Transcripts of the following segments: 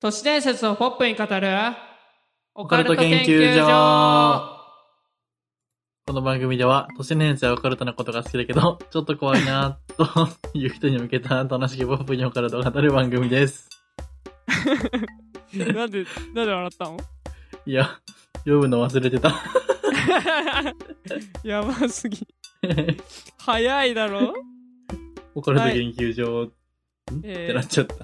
都市伝説をポップに語るオオカルト研究所この番組では、都市年生はオカルトなことが好きだけど、 ちょっと怖いな、という人に向けた楽しくポップにオカルトを語る番組です。なんでなんで笑ったの いや、読むの忘れてた。 やばすぎ早いだろオカルト研究所、んってえなっちゃった。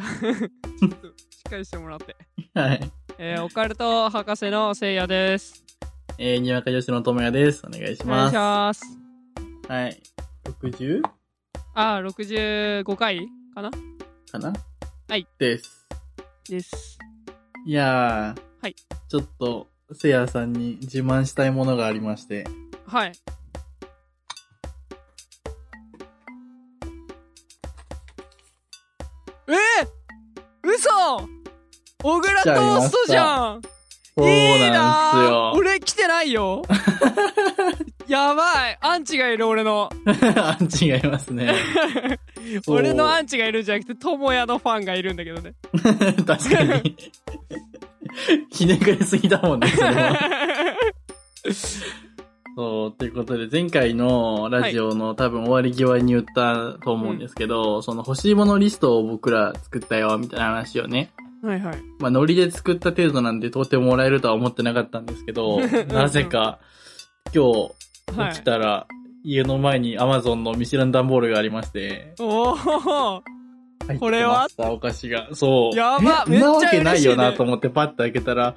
ー、ちょっとしっかりしてもらってはい。えー、オカルト博士のせいやですえー、にわか吉野智也です。お願いしお願まいしす。ますはい。60? あー65回かなかなはい。です。ですいやー。はい。ちょっと、せやさんに自慢したいものがありまして。はいえー、嘘小倉トーストじゃんそうなんいいなーすよ。俺来てない よやばいアンチがいる俺の違いますね。そう俺のアンチがいるんじゃなくて智也のファンがいるんだけどね 確かに。ひねくれすぎだもんね、そ れは。そう、ということで、前回のラジオの多分終わり際に言ったと思うんですけど、その欲しいものリストを僕ら作ったよ、みたいな話をね。はいはいまあ、ノリで作った程度なんで、とってもらえるとは思ってなかったんですけどうん、なぜか、今は日起きいたら、家の前に Amazon のミシュラン段ボールがありまして、おお入ってこれはましたお菓子が。そう。やばえめっちゃんなわけないよ嬉しいなねと思ってパッと開けたら、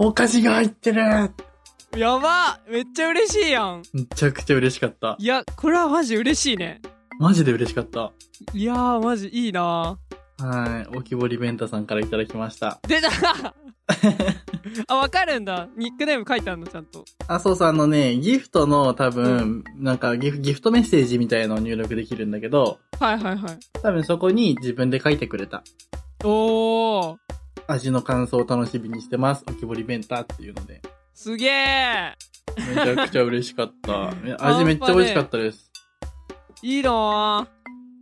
お菓子が入ってるやばめっちゃ嬉しいやんめちゃくちゃ嬉しかったい。やこれはマジ嬉しいねマジで嬉しかった。いやーマジいいなはい。おきぼり弁太さんからいただきました。ー出たあわかるんだニックネーム書いてあるのちゃんとあそうさんのね、ギフトの多分、なんかギフギフトメッセージみたいのを入力できるんだけど、はいはいはい多分そこに自分で書いてくれた。おお味の感想を楽しみにしてます。おきぼり弁太っていうので。すげえめちゃくちゃ嬉し かった。め味めっちゃ美味しかったです。いいなー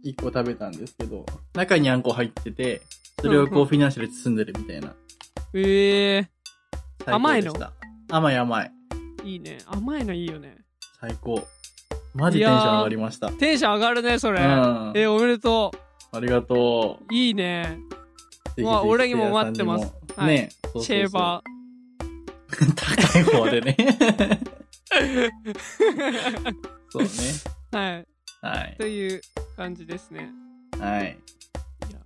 一個食べたんですけど、中にあんこ入ってて、それをこうフィナッシュで包んでるみたいな。ええ最高でした甘い甘い。いいね甘いのいいよね最高。マジテンション上がりました。テンション上がるねそれ、うん。えおめでとありがとういいねう。うわぜひぜひ俺にも待ってますせいやさんにもはいねそうそうそうシェーバ 高い方で ね。ーそうね。はいはいと。いう感じですねはい。いや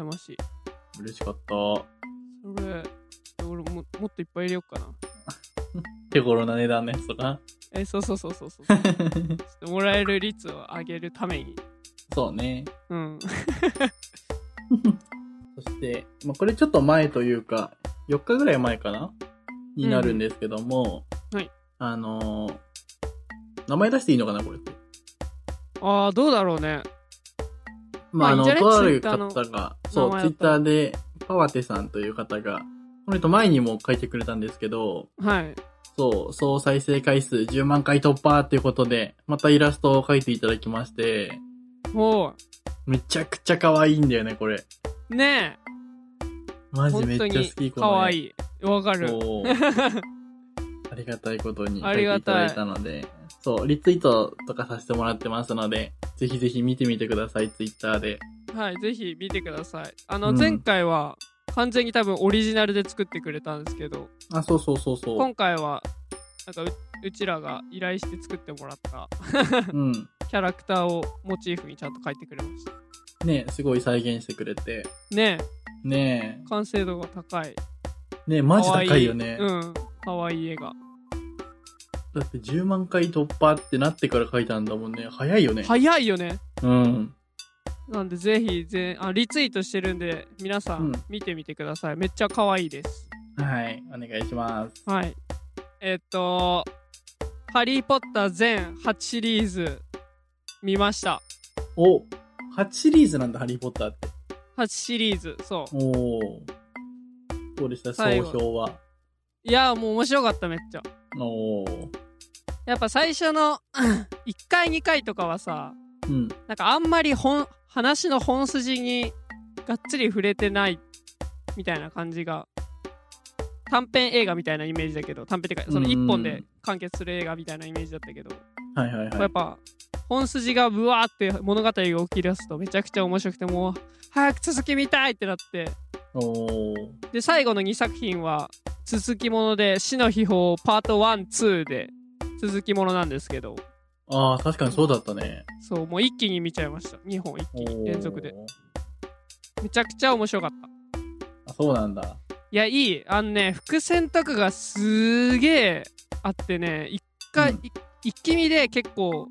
羨ましい嬉しかった。それ俺ももっといっぱい入れようかな手頃な値段のやつとか。えそうそうそうそう そうちょっともらえる率を上げるためにそうね。うんそして、まあ、これちょっと前というか、4日ぐらい前かなになるんですけども、うんはい。あのー名前出していいのかな、これって。ああどうだろうねまあ、あまあいの、いんじゃとあないる方ツが、そう、名前ツだイっッタたーで、パワテさんという方が、この人前にも書いてくれたんですけど、はいそう、総再生回数10万回突破っていうことで、またイラストを書いていただきまして、おうめちゃくちゃ可愛いんだよね、これ。ねマえジ本めっ当ちゃ好にき、この可愛いわかるそうありがたいことに書あいりていがたただいいたので、そう、リツイートとかさせてもらってますので、ぜひぜひ見てみてください、ツイッターで。はい、ぜひ見てください。あの、うん前回は完全に多分オリジナルで作ってくれたんですけど、あ、そうそうそうそう。今回は、なんかう、うちらが依頼して作ってもらったうん。キャラクターをモチーフにちゃんと書いてくれました。ねすごい再現してくれて。ねねえ、完成度が高い。え、ねえ、マジ可高愛いよね。うん、かわいい絵が。だって10万回突破ってなってから書いたんだもんね。早いよね。早いよね。うん。なんで、ぜひぜあ、リツイートしてるんで、皆さうんん見てみてください。めっちゃ可愛いです。はい、お願いします。はい。えっと、ハリー・ポッター全8シリーズ見ました。お !8 シリーズなんだ、ハリーポッターって。 8シリーズそうおお。どうでした、最後総評は。いやもう面白かっためっちゃおお。やっぱ最初の1 回2回とかはさうん。なんかあんまり本話の本筋にがっつり触れてないみたいな感じが短編映画みたいなイメージだけど短編ってかそのうん1本で完結する映画みたいなイメージだったけど、はいはいはやいっ。ぱ本筋がブワーって物語が起き出すとめちゃくちゃ面白くてもう早く続き見たいってなっておー。で最後の2作品は続きもので「死の秘宝パート12」で続きものなんですけどああ、確かにそうだったね。そうもう一気に見ちゃいました2本一気おーに連続で。めちゃくちゃ面白かったあ、そうなんだ。いやいいあのね伏線とかがすげえあってね一回、うんい一気見で結構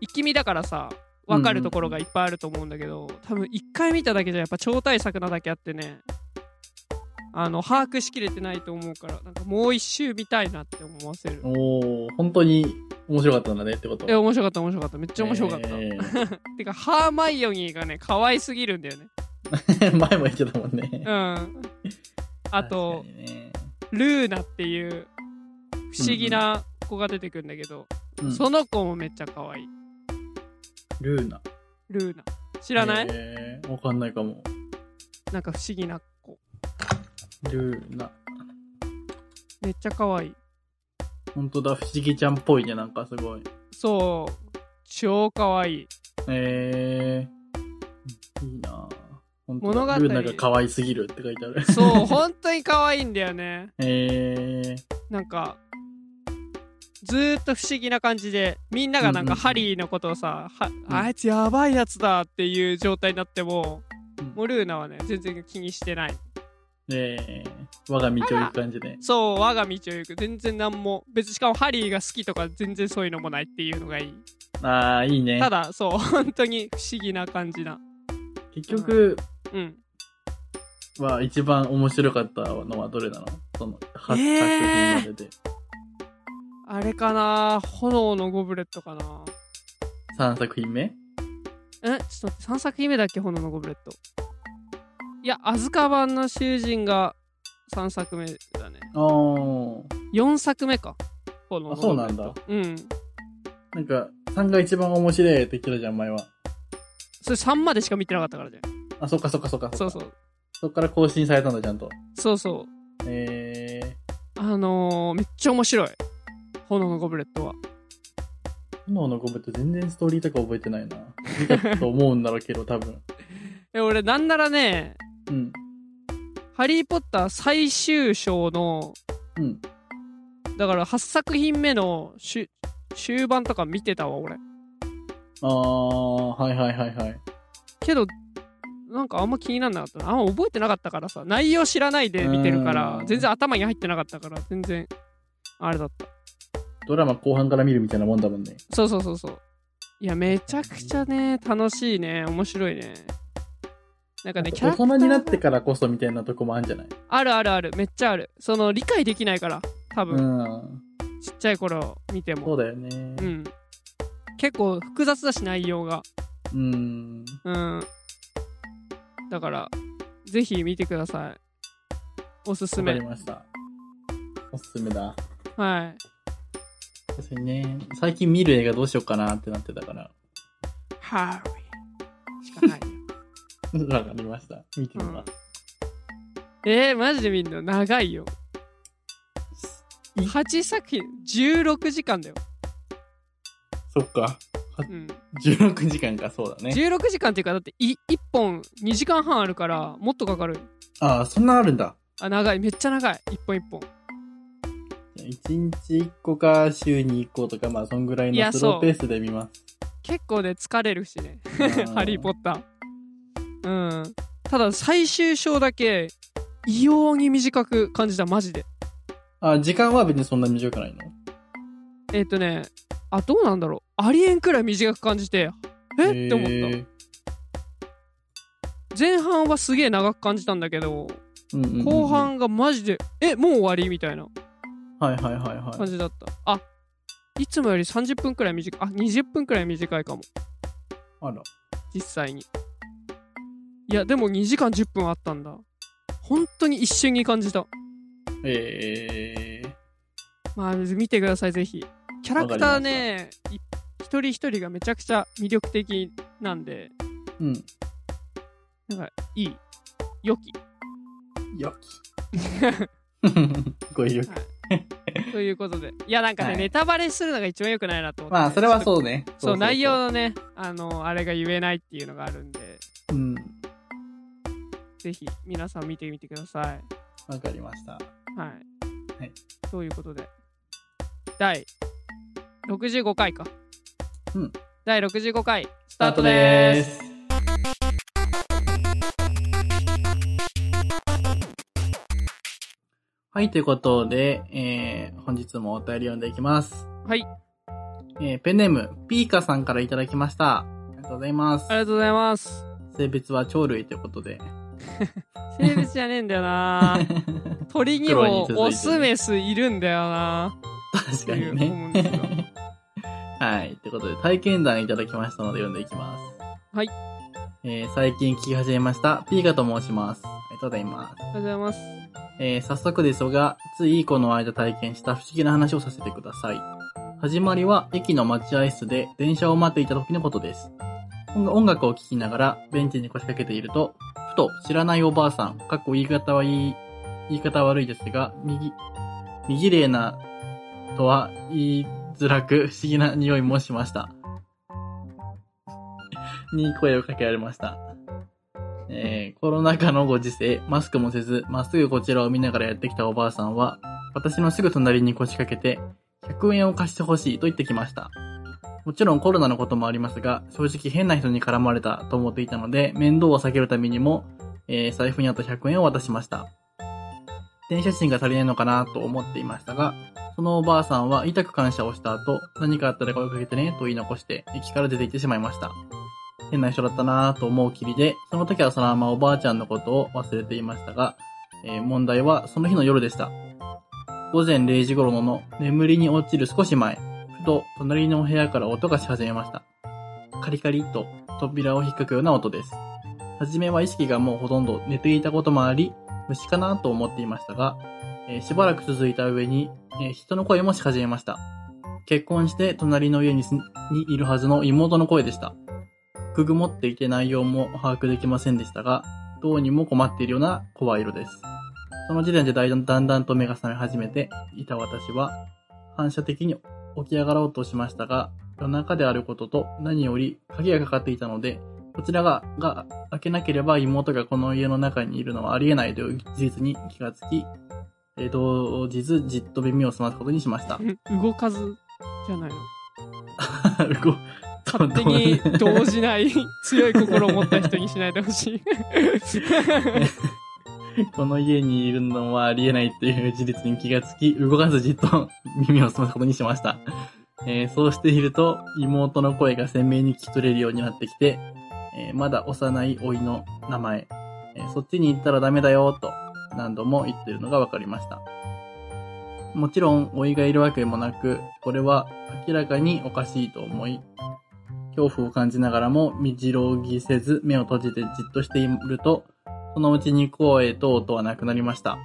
一気見だからさ分かるところがいっぱいあると思うんだけど、多分一回見ただけじゃやっぱ超大作なだけあってねあの把握しきれてないと思うからなんかもう一周見たいなって思わせるおー、本当に面白かったんだねってこと。え面白かった面白かっためっちゃ面白かった、えてかハーマイオニーがね可愛すぎるんだよねー 前も言ってたもんね。うんあと、確かにねルーナっていう不思議な子が出てくるんだけど、うんその子もめっちゃ可愛いルーナ。ルーナ知知らない、えー、わかんないかも。なんか不思議な子ルーナ。めっちゃ可愛い本当だ、不思議ちゃんっぽいね、なんかすごい。そう超可愛 いえー、いいなぁ本当物だ語ルーナが可愛すぎるって書いてある。 そう本当に可愛いんだよねえー、なんかずーっと不思議な感じでみんながなんかうんうんうんハリーのことをさ、はうんあいつやばいやつだっていう状態になってもうんもうルーナはね全然気にしてないえー、我が道を行く感じで。そう我が道を行く全然何も別にしかもハリーが好きとか全然そういうのもないっていうのがいいあー、いいね。ただそう本当に不思議な感じな結局うんは一番面白かったのはどれなのその、は作えー品までで。あれかな炎のゴブレットかな3作品目えちょっと待って3作品目だっけ炎のゴブレットいやアズカバンの囚人が3作目だねあー、 4作目か炎のあ、そゴうブレなッんトだ。うんなんか、3が一番面白いって言ってたじゃん、前は。それ3までしか見てなかったからじゃんあ、そっかそっかそっかそっうかそうそっから更新されたんだ、ちゃんと。そうそうえー、あのー、めっちゃ面白い炎のゴブレットは炎のゴブレット全然ストーリーとか覚えてないな。見たと思うんだろうけ ど、多分。え俺なんならねうん。 「ハリー・ポッター」最終章のうん。だから8作品目のし終盤とか見てたわ俺あー、はいはいはいはい。けどなんかあんま気にならなかったなあんま覚えてなかったからさ内容知らないで見てるかうらん全然頭に入ってなかったから全然あれだったドラマ後半から見るみたいなもんだもんね。そうそうそうそういやめちゃくちゃね楽しいね面白いねなんかねキャ大ラクター人がになってからこそみたいなとこもあるんじゃないあるあるあるめっちゃあるその理解できないから多う分、ん。ちっちゃい頃見てもそうだよね。うん。結構複雑だし、内容が。うん。うん。だから、ぜひ見てください。おすすわかめり。ました。おすすめだ。はい。確かにね、最近見る映画どうしようかなってなってたから。 ハリー。しかないよ。 わかりました。見てみます。えー、マジで見んの長いよ。8作品、16時間だよ。そっか。うん。 16時間か、そうだね。 16時間っていうか、だってい1本2時間半あるから、もっとかかるよ。ああ、そんなあるんだ。あ、長い。めっちゃ長い。1本1本。 1日1個か週に1個とかまあそんぐらいいのやスロそーうペースで 見ます。結構ね、疲れるしね。ハハリー・ポッッター。うん。ただ、最終章だけ、異様に短く感じた、マジで。ター。あ、時間は別にそんな短くないのえっ、とね、あ、どうなんだろう。ありえんくらい短く感じて、えっって思った。っ前半はすげえ長く感じたんだけど、た。うんうんうんうん後。半がマジで、え、もう終わりみたいなはいはいはいは感い。じだった。あ、いつもより30分くらい短い、あ、20分くらい短いかも、あら。実際に。いや、でも2時間10分あったんだ。本当に一瞬に感じた。えー。まあ見てくださいぜひキャラクターねい一人一人がめちゃくちゃ魅力的なんでうん。なんかいい良きよ き。 語彙力。ということで。いや、なんかね、はいネタバレするのが一番良くないなと思って。まあ、それはう。そうね。そう、内容の。のね、あの、あれが言えないっていうのがあるんで、うん。ぜひ皆さん見てみてください。わかりました。はい。はいということで、第65回か。うん。第65回、ススタートでーす。す。はい、ということで、えー、本日もお便り読んでいきます。はい。えー、ペンネーム、ピーカさんからいただきました。ありがとうございますあり。がとうございます。性別は鳥類ということで。性別じゃねえんだよ な鳥にも黒に続いてねオスメスいるんだよな確かにっていう思うんですよね。はい。ということで、体験談いただきましたので読んでいきます。はい。えー最近聞き始めました、ピーカと申します。ありがとうございます。ありがとうございます。えー早速ですが、ついこの間体験した不思議な話をさせてください。始まりは駅の待合室で電車を待っていた時のことです。音音楽を聴きながらベンチに腰掛けていると、ふと知らないおばあさん、かっこ言い方はいい、言い方悪いですが、右、右霊なとは言いづらく不思議な匂いもしました。に声をかけられました。えーコロナ禍のご時世、マスクもせず、まっすぐこちらを見ながらやってきたおばあさんは、私のすぐ隣に腰掛けて、100円を貸してほしいと言ってきました。もちろんコロナのこともありますが、正直変な人に絡まれたと思っていたので、面倒を避けるためにも、えー財布にあった100円を渡しました。電車賃が足りないのかなと思っていましたが、そのおばあさんは痛く感謝をした後、何かあったら声をかけてねと言い残して、駅から出て行ってしまいました。変な人だったなぁと思うきりで、その時はそのままおばあちゃんのことを忘れていましたが、えー問題はその日の夜でした。午前0時頃のの眠りに落ちる少し前、ふと隣のお部屋から音がし始めました。カリカリと扉を引っかくような音です。はじめは意識がもうほとんど寝ていたこともあり、虫かなと思っていましたが、えーしばらく続いた上に、えー人の声もし始めました。結婚して隣の家にすにいるはずの妹の声でした。くぐもっていて内容も把握できませんでしたが、どうにも困っているような声色です。その時点でだいだんだんだんと目が覚め始めていた私は、反射的に起き上がろうとしましたが、夜中であることと何より鍵がかかっていたので、こちらがが開けなければ妹がこの家の中にいるのはありえないという事実に気がつき、えー同日じっと耳を澄ますことにしました。ん動かずじゃないの。ご勝手に動じない強い心を持った人にしないでほし い。この家にいるのはありえないという事実に気がつき、動かずじっと耳を澄ますことにしました。 えーそうしていると、妹の声が鮮明に聞き取れるようになってきて、えーまだ幼い甥の名前、えーそっちに行ったらダメだよ、と何度も言ってるのが分かりました。もちろん、甥がいるわけもなく、これは明らかにおかしいと思い、恐怖を感じながらも、身じろぎせず、目を閉じてじっとしていると、そのうちに声と音はなくなりました。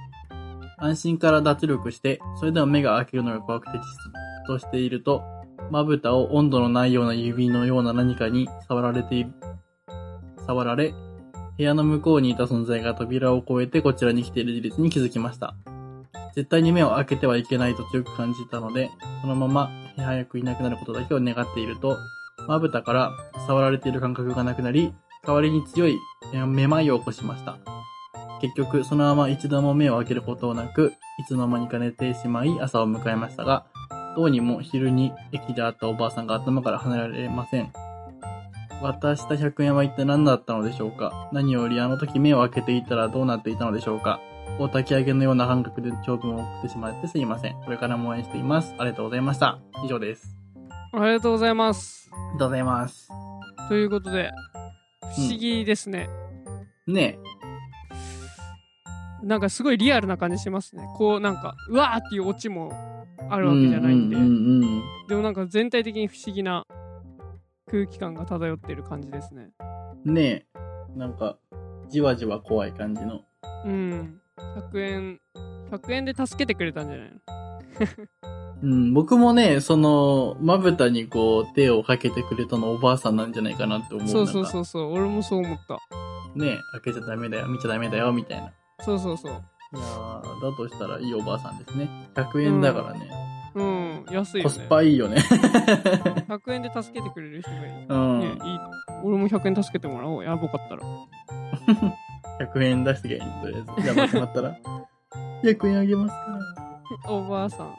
安心から脱力して、それでも目が開けるのが怖くてじっとしていると、まぶたを温度のないような指のような何かに触られている、触られ、部屋の向こうにいた存在が扉を越えてこちらに来ている事実に気づきました。絶対に目を開けてはいけないと強く感じたので、そのまま早くいなくなることだけを願っていると、まぶたから触られている感覚がなくなり、代わりに強いえーめまいを起こしました。結局、そのまま一度も目を開けることなく、いつの間にか寝てしまい朝を迎えましたが、どうにも昼に駅で会ったおばあさんが頭から離れられません。渡した100円は一体何だったのでしょうか何よりあの時目を開けていたらどうなっていたのでしょうかお焚き上げのような感覚で長文を送ってしまってすいません。これからも応援しています。ありがとうございました。以上です。ありがとうございます。ありがとうございます。ということで、不思議ですね。ねなんかすごいリアルな感じしますね。こうなんか、うわーっていうオチもあえ。るわけじゃないんで、うんうんうんうんでもなんか全体的に不思議な空気感が漂ってる感じですね。ねえ、なんか、じわじわ怖い感じの。うん。100円、100円で助けてくれたんじゃないのうん、僕もね、その、まぶたにこう、手をかけてくれたのおばあさんなんじゃないかなって思う。。そうそうそううそう、俺もそう思った。ねえ、開けちゃダメだよ、見ちゃダメだよ、みたいな。そうそうそう。いやーだとしたらいいおばあさんですね。100円だからね。うん、安いよコね。スパいいよね。 100円で助けてくれる人がいい。うねん。いい俺も100円助けてもらおう。やばかったら。 100円出してけん、とりあえず。じゃあ、まとまっ たら。100円あげますかおばあさん。ら。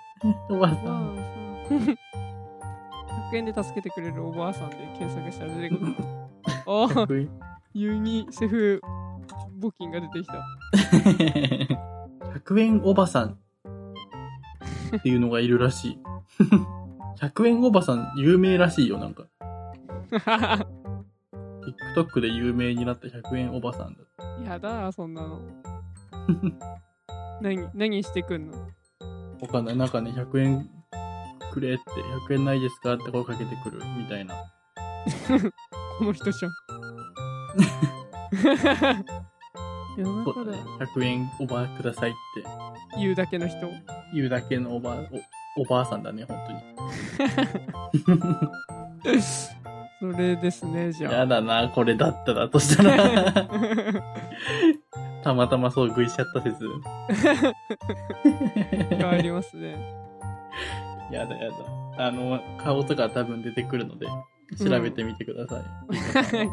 おばあおさん。 100円で助けてくれるおばあさんで検索したら出て くる。ああ、 100円。ユニセフ募金が出てきた。 100円おばさんっていうのがいるらしい。100円おばさん有名らしいよ、なんか。TikTok で有名になった100円おばさんだ。やだー、そんなの。 何、何してくんのわかんない。なんかね、100円くれって、100円ないですかって声かけてくるみたいな。この人じ ゃん。夜そ中うだだね。100円おばあくださいって言うだけの人。言うだけのおばあ、おおばあさんだね、本当 に。それですね、じゃやあ。だな、これだったらとし たら。たまたま遭遇しちゃった説。変わりますね。やだやだ。あの、顔とか多分出てくるので、調べてみてください。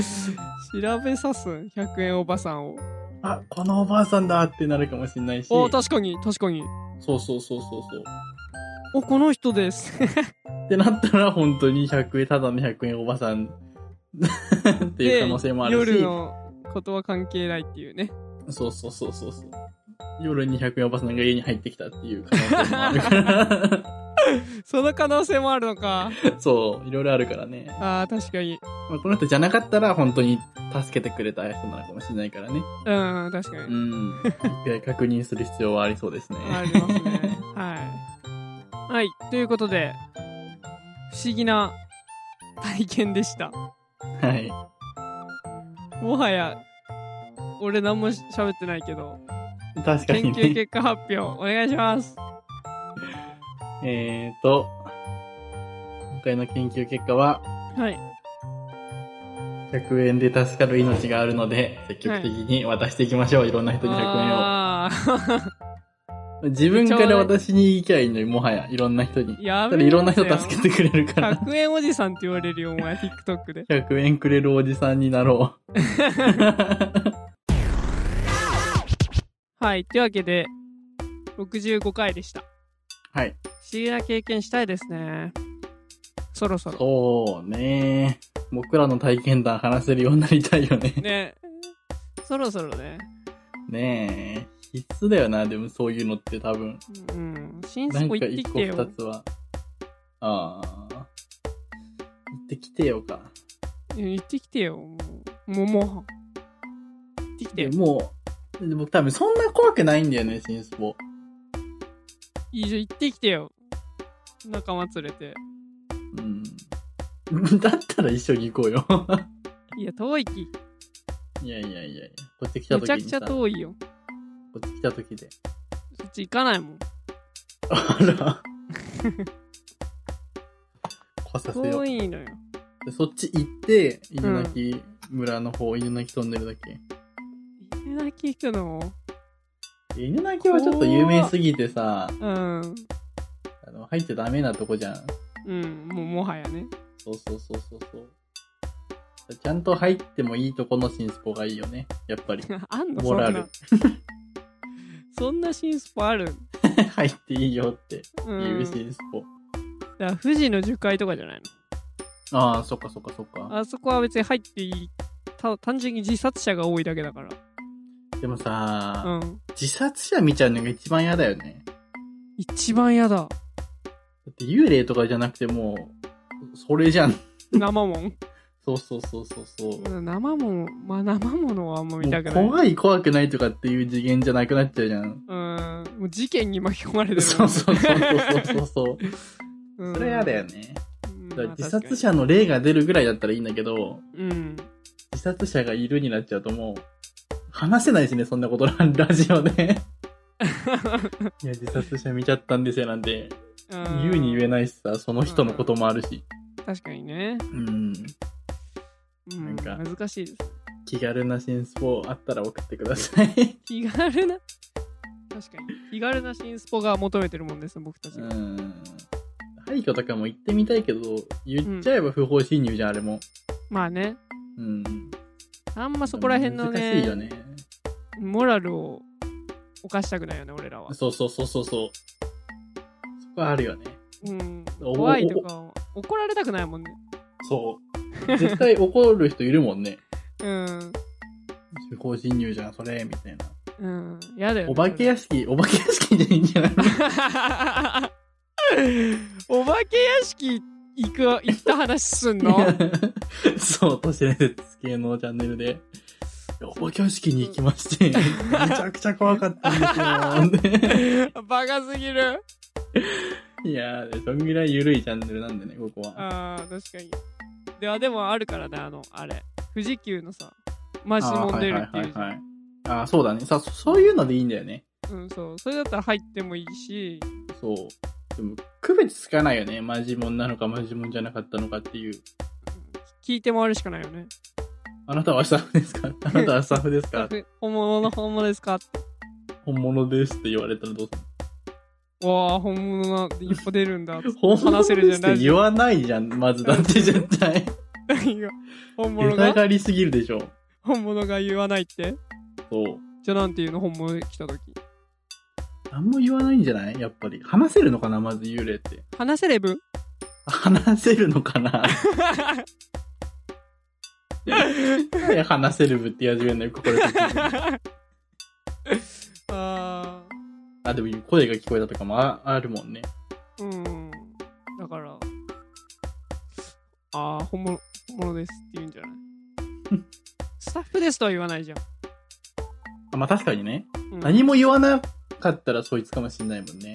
調べさすん ?100 円おばさんを。あ、このおばあさんだってなるかもしれないし。お、確かに、確かに。そうそうそうそうそう。お、この人です。ってなったら本当に100円、ただの100円おばさんっていう可能性もあるし。夜のことは関係ないっていうね。そうそうそうそうそう。夜に100円おばさんが家に入ってきたっていう可能性もあ るから。その可能性もあるのか。そう、いろいろあるからね。ああ、確かに。まあ、この人じゃなかったら本当に助けてくれた人なのかもしれないからね。うん、確かうに。 ん。一回確認する必要はありそうですね。ありますね。はい。はい。ということで、不思議な体験でした。 はい。もはや、俺何も喋ってないけど、確か研に究ね。結果発表お願いします。えーと、今回の研究結果は、はい。 100円で助かる命があるので、積極的に渡していきましょう。い、ろんな人に100円あーを。自分から私に言いきゃいいのに、もはや、いろんな人に。やただべえいろんな人助けてくれる から、 100円おじさんって言われるよ、お前、TikTok で。 100円くれるおじさんになろう。はい。というわけで、65回でした。はい。不思議な経験したいですね。そろそろ。そうね。僕らの体験談話せるようになりたいよね。ね。そろそろね。ねえ。必須だよな、でもそういうのって多分。うん。新なん宿か行って一き個て二よ。つは。ああ。行ってきてよか。うん行ってきてよ。もう、もうもう行ってきてでよ。もう、で僕多分そんな怖くないんだよね、新スポ。いいじゃん、行ってきてよ。仲間連れて。うん。 だったら一緒に行こうよ。 いや、遠いき。いやいやいやいや。こっち来ため時ちゃくにちさ、ゃこ遠いよ。っち来た時で。そっち行かないもん。あら。 来させよ遠う。いのよ。でそっち行って、犬鳴村の方、犬鳴トンネルだっけ犬鳴き行くの犬鳴はちょっと有名すぎてさ、うん。あの入っちゃダメなとこじゃん。うん、もうもはや ね。そうそうそうそうそう。ちゃんと入ってもいいとこの新スポがいいよね。やっぱ り。あんのそモんラな ル。。そんな新スポある入っていいよってう。いうん新スポ。だから富士の樹海とかじゃないああ、そっかそっかそっか。のあそこは別に入っていいた単純に自殺者が多いだけだからでもさ、うん自殺者見ちゃうのが一番嫌だよね。一番嫌だだって幽霊とかじゃなくてもう、それじゃん。生も んそうそうそうそうそう。うん生もんまあ生ものはあんま見たくないもう怖い怖くないとかっていう次元じゃなくなっちゃうじゃん。うんもう事件に巻き込まれてる そうそうそうそうそうそう。 うんそれ嫌だよね。うんだからまあ自殺者の霊が出るぐらいだったらいいんだけど、確かにうん自殺者がいるになっちゃうともう、話せないしね、そんなこと ララジオで。いや、自殺者見ちゃったんですよなんて、言うに言えいないしさ、その人のこともあるし。確かにね、うん。うん、なんか難しいです気軽な新スポあったら送ってください。気軽な確かに気軽な新スポが求めてるもんです僕たちが、うん。廃墟とかも行ってみたいけど、言っちゃえば不法侵入じゃん、あれも。まあねうん。あんまそこら辺の難しいよねね。モラルを犯したくないよね俺らは、そうそうそうそうそう。そこはあるよね。うん、お怖いとか怒られたくないもんねそう。絶対怒る人いるもんね。うん不法侵入じゃん、それ、みたいな。うん嫌だよね、お化け屋敷、お化け屋敷でいいんじゃない お化け屋敷行く行った話す んのそう、都市伝説系のチャンネルで。お化け屋敷に行きまして、めちゃくちゃ怖かった んですよ。でバカすぎるいやー、そんぐらい緩いチャンネルなんでね、ここは。あー確かにではでもあるからねあのあれ富士急のさマジでー揉んはいではるいってはいいうじゃんはい。あー、そうだね。さ、そそういうのでいいんだよね。うんそうそれだったら入ってもいいしそう。でも、区別つかないよね。マジモンなのかマジモンじゃなかったのかっていう。聞いて回るしかないよねあなたはスタッフですかあなたはスタッフで すか本物の本物ですか本物ですって言われたらどうするわあ本物な一歩出るんだ 本物話せるでじゃんすってラジ言オわないじゃん、まず。だって絶対。何が 本物疑ががりすぎるでしょ。本物が言わないってそう。じゃあなんていうの本物来た時何も言わないんじゃないやっぱり。話せるのかなまず幽霊って。話せれぶ 話せるのかななんで話せる部って言い始めんのよ、ここで。ああ、でも声が聞こえたとかもああるもんね。ーうんだからああ本物本物ですって言うんじゃない スタッフですとは言わないじゃん、あまあ確かにね。うん、何も言わなかったらそいつかもしんないもんね。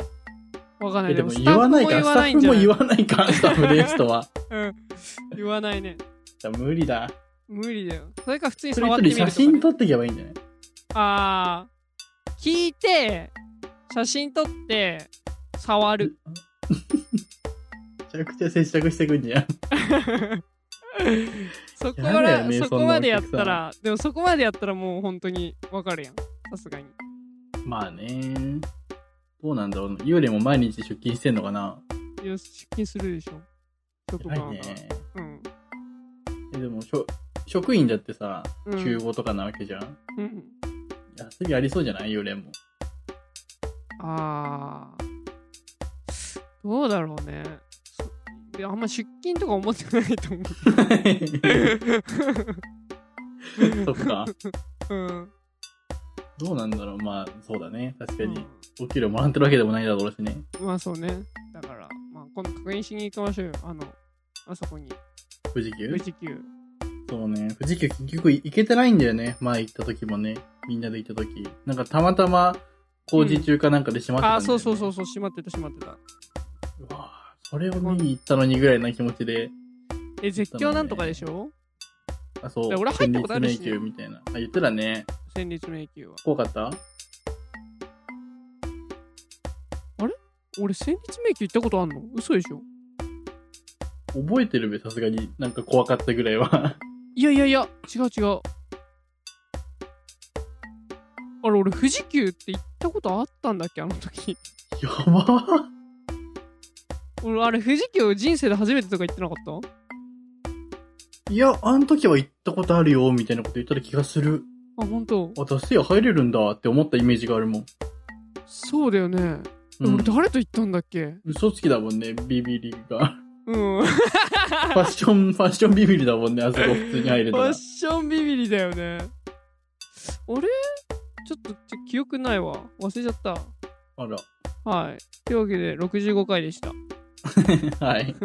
わかんなえいでも言わないか、スタッフも言わわないか、スタッフですとは。ないんじゃないうん言わないねじゃあ無理だ。無理だよそれか普通に一触人ってみ一るとか、人写ね、真撮っていけばいいんじゃないあー聞いて写真撮って触 るめちゃくちゃ接触してくんじゃん。そこやかだよら、ねそそこんなまでやったらでもそこまでやったらもう本当にわかるやんさすがにまあね。どうなんだろうな。幽霊も毎日出勤してんのかないや出勤するでしょ職場偉いが、ね。うんえでもしょ、職員だってさ、うん中5とかなわけじゃん。うん休みありそうじゃない幽 霊も。あーどうだろうねそいやあんま出勤とか思ってないと思う そっか。うんどうなんだろう。まあ、そうだね。確かうにん。お給料もらってるわけでもないだろうしね。まあそうね。だから、まあ今度確認しに行きましょうよ。あの、あそこに。富士急富士急。そうね。富士急結局行けてないんだよね。前行った時もね。みんなで行った時。なんかたまたま工事中かなんかで閉まってたんだよねあ、そうそうそうそう、閉まってた、閉まってた。うわあそれを見に行ったのにぐらいな気持ちで、え、絶叫なんとかでしょあ、そう、いや俺入ったことあるし戦慄迷宮みたいな。あ、言ってたね。戦慄迷宮は。怖かった俺、戦慄迷宮行ったことあんの嘘でしょ覚えてるべ、さすがに。なんか怖かったぐらいは。 いやいやいや、違う違う。あれ、俺、富士急って行ったことあったんだっけあの時。 やば俺、あれ、富士急人生で初めてとか行ってなかったいや、あの時は行ったことあるよ、みたいなこと言ったら気がする。あ、本当あ、ダスや入れるんだって思ったイメージがあるもん。そうだよね。うん俺、、誰と行ったんだっけ嘘つきだもんね、ビビリ が。うん。ファッション、ファッションビビリだもんね、あそこ普通に入れたファらッ。ションビビリだよね。あれちょっとちょ記憶ないわ。忘れちゃった。あら。 はい。というわけで65回でした。はい。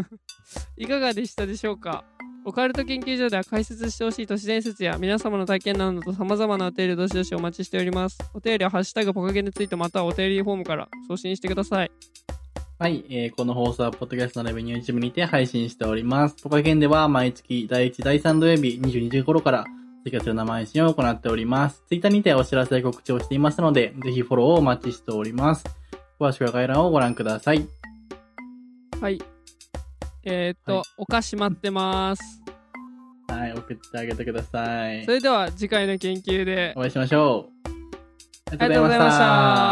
いかがでしたでしょうかオカルト研究所では解説してほしい都市伝説や皆様の体験などと様々なお便りをどしどしお待ちしております。お便りはハッシュタグポカゲについてまたはお便りフォームから送信してください。はい、えーこの放送は、ポッドキャストのレベニュー一部にて配信しております。ポカゲンでは、毎月第1、第3土曜日、22時頃から、追加する生配信を行っております。ツイッターにてお知らせ告知をしていますので、ぜひフォローをお待ちしております。詳しくは概要欄をご覧ください。はい。えー、っと、はいお菓子待ってます。はい、送ってあげてくださいそ。れでは次回の研究でお会いしましょう。あありがとうございました。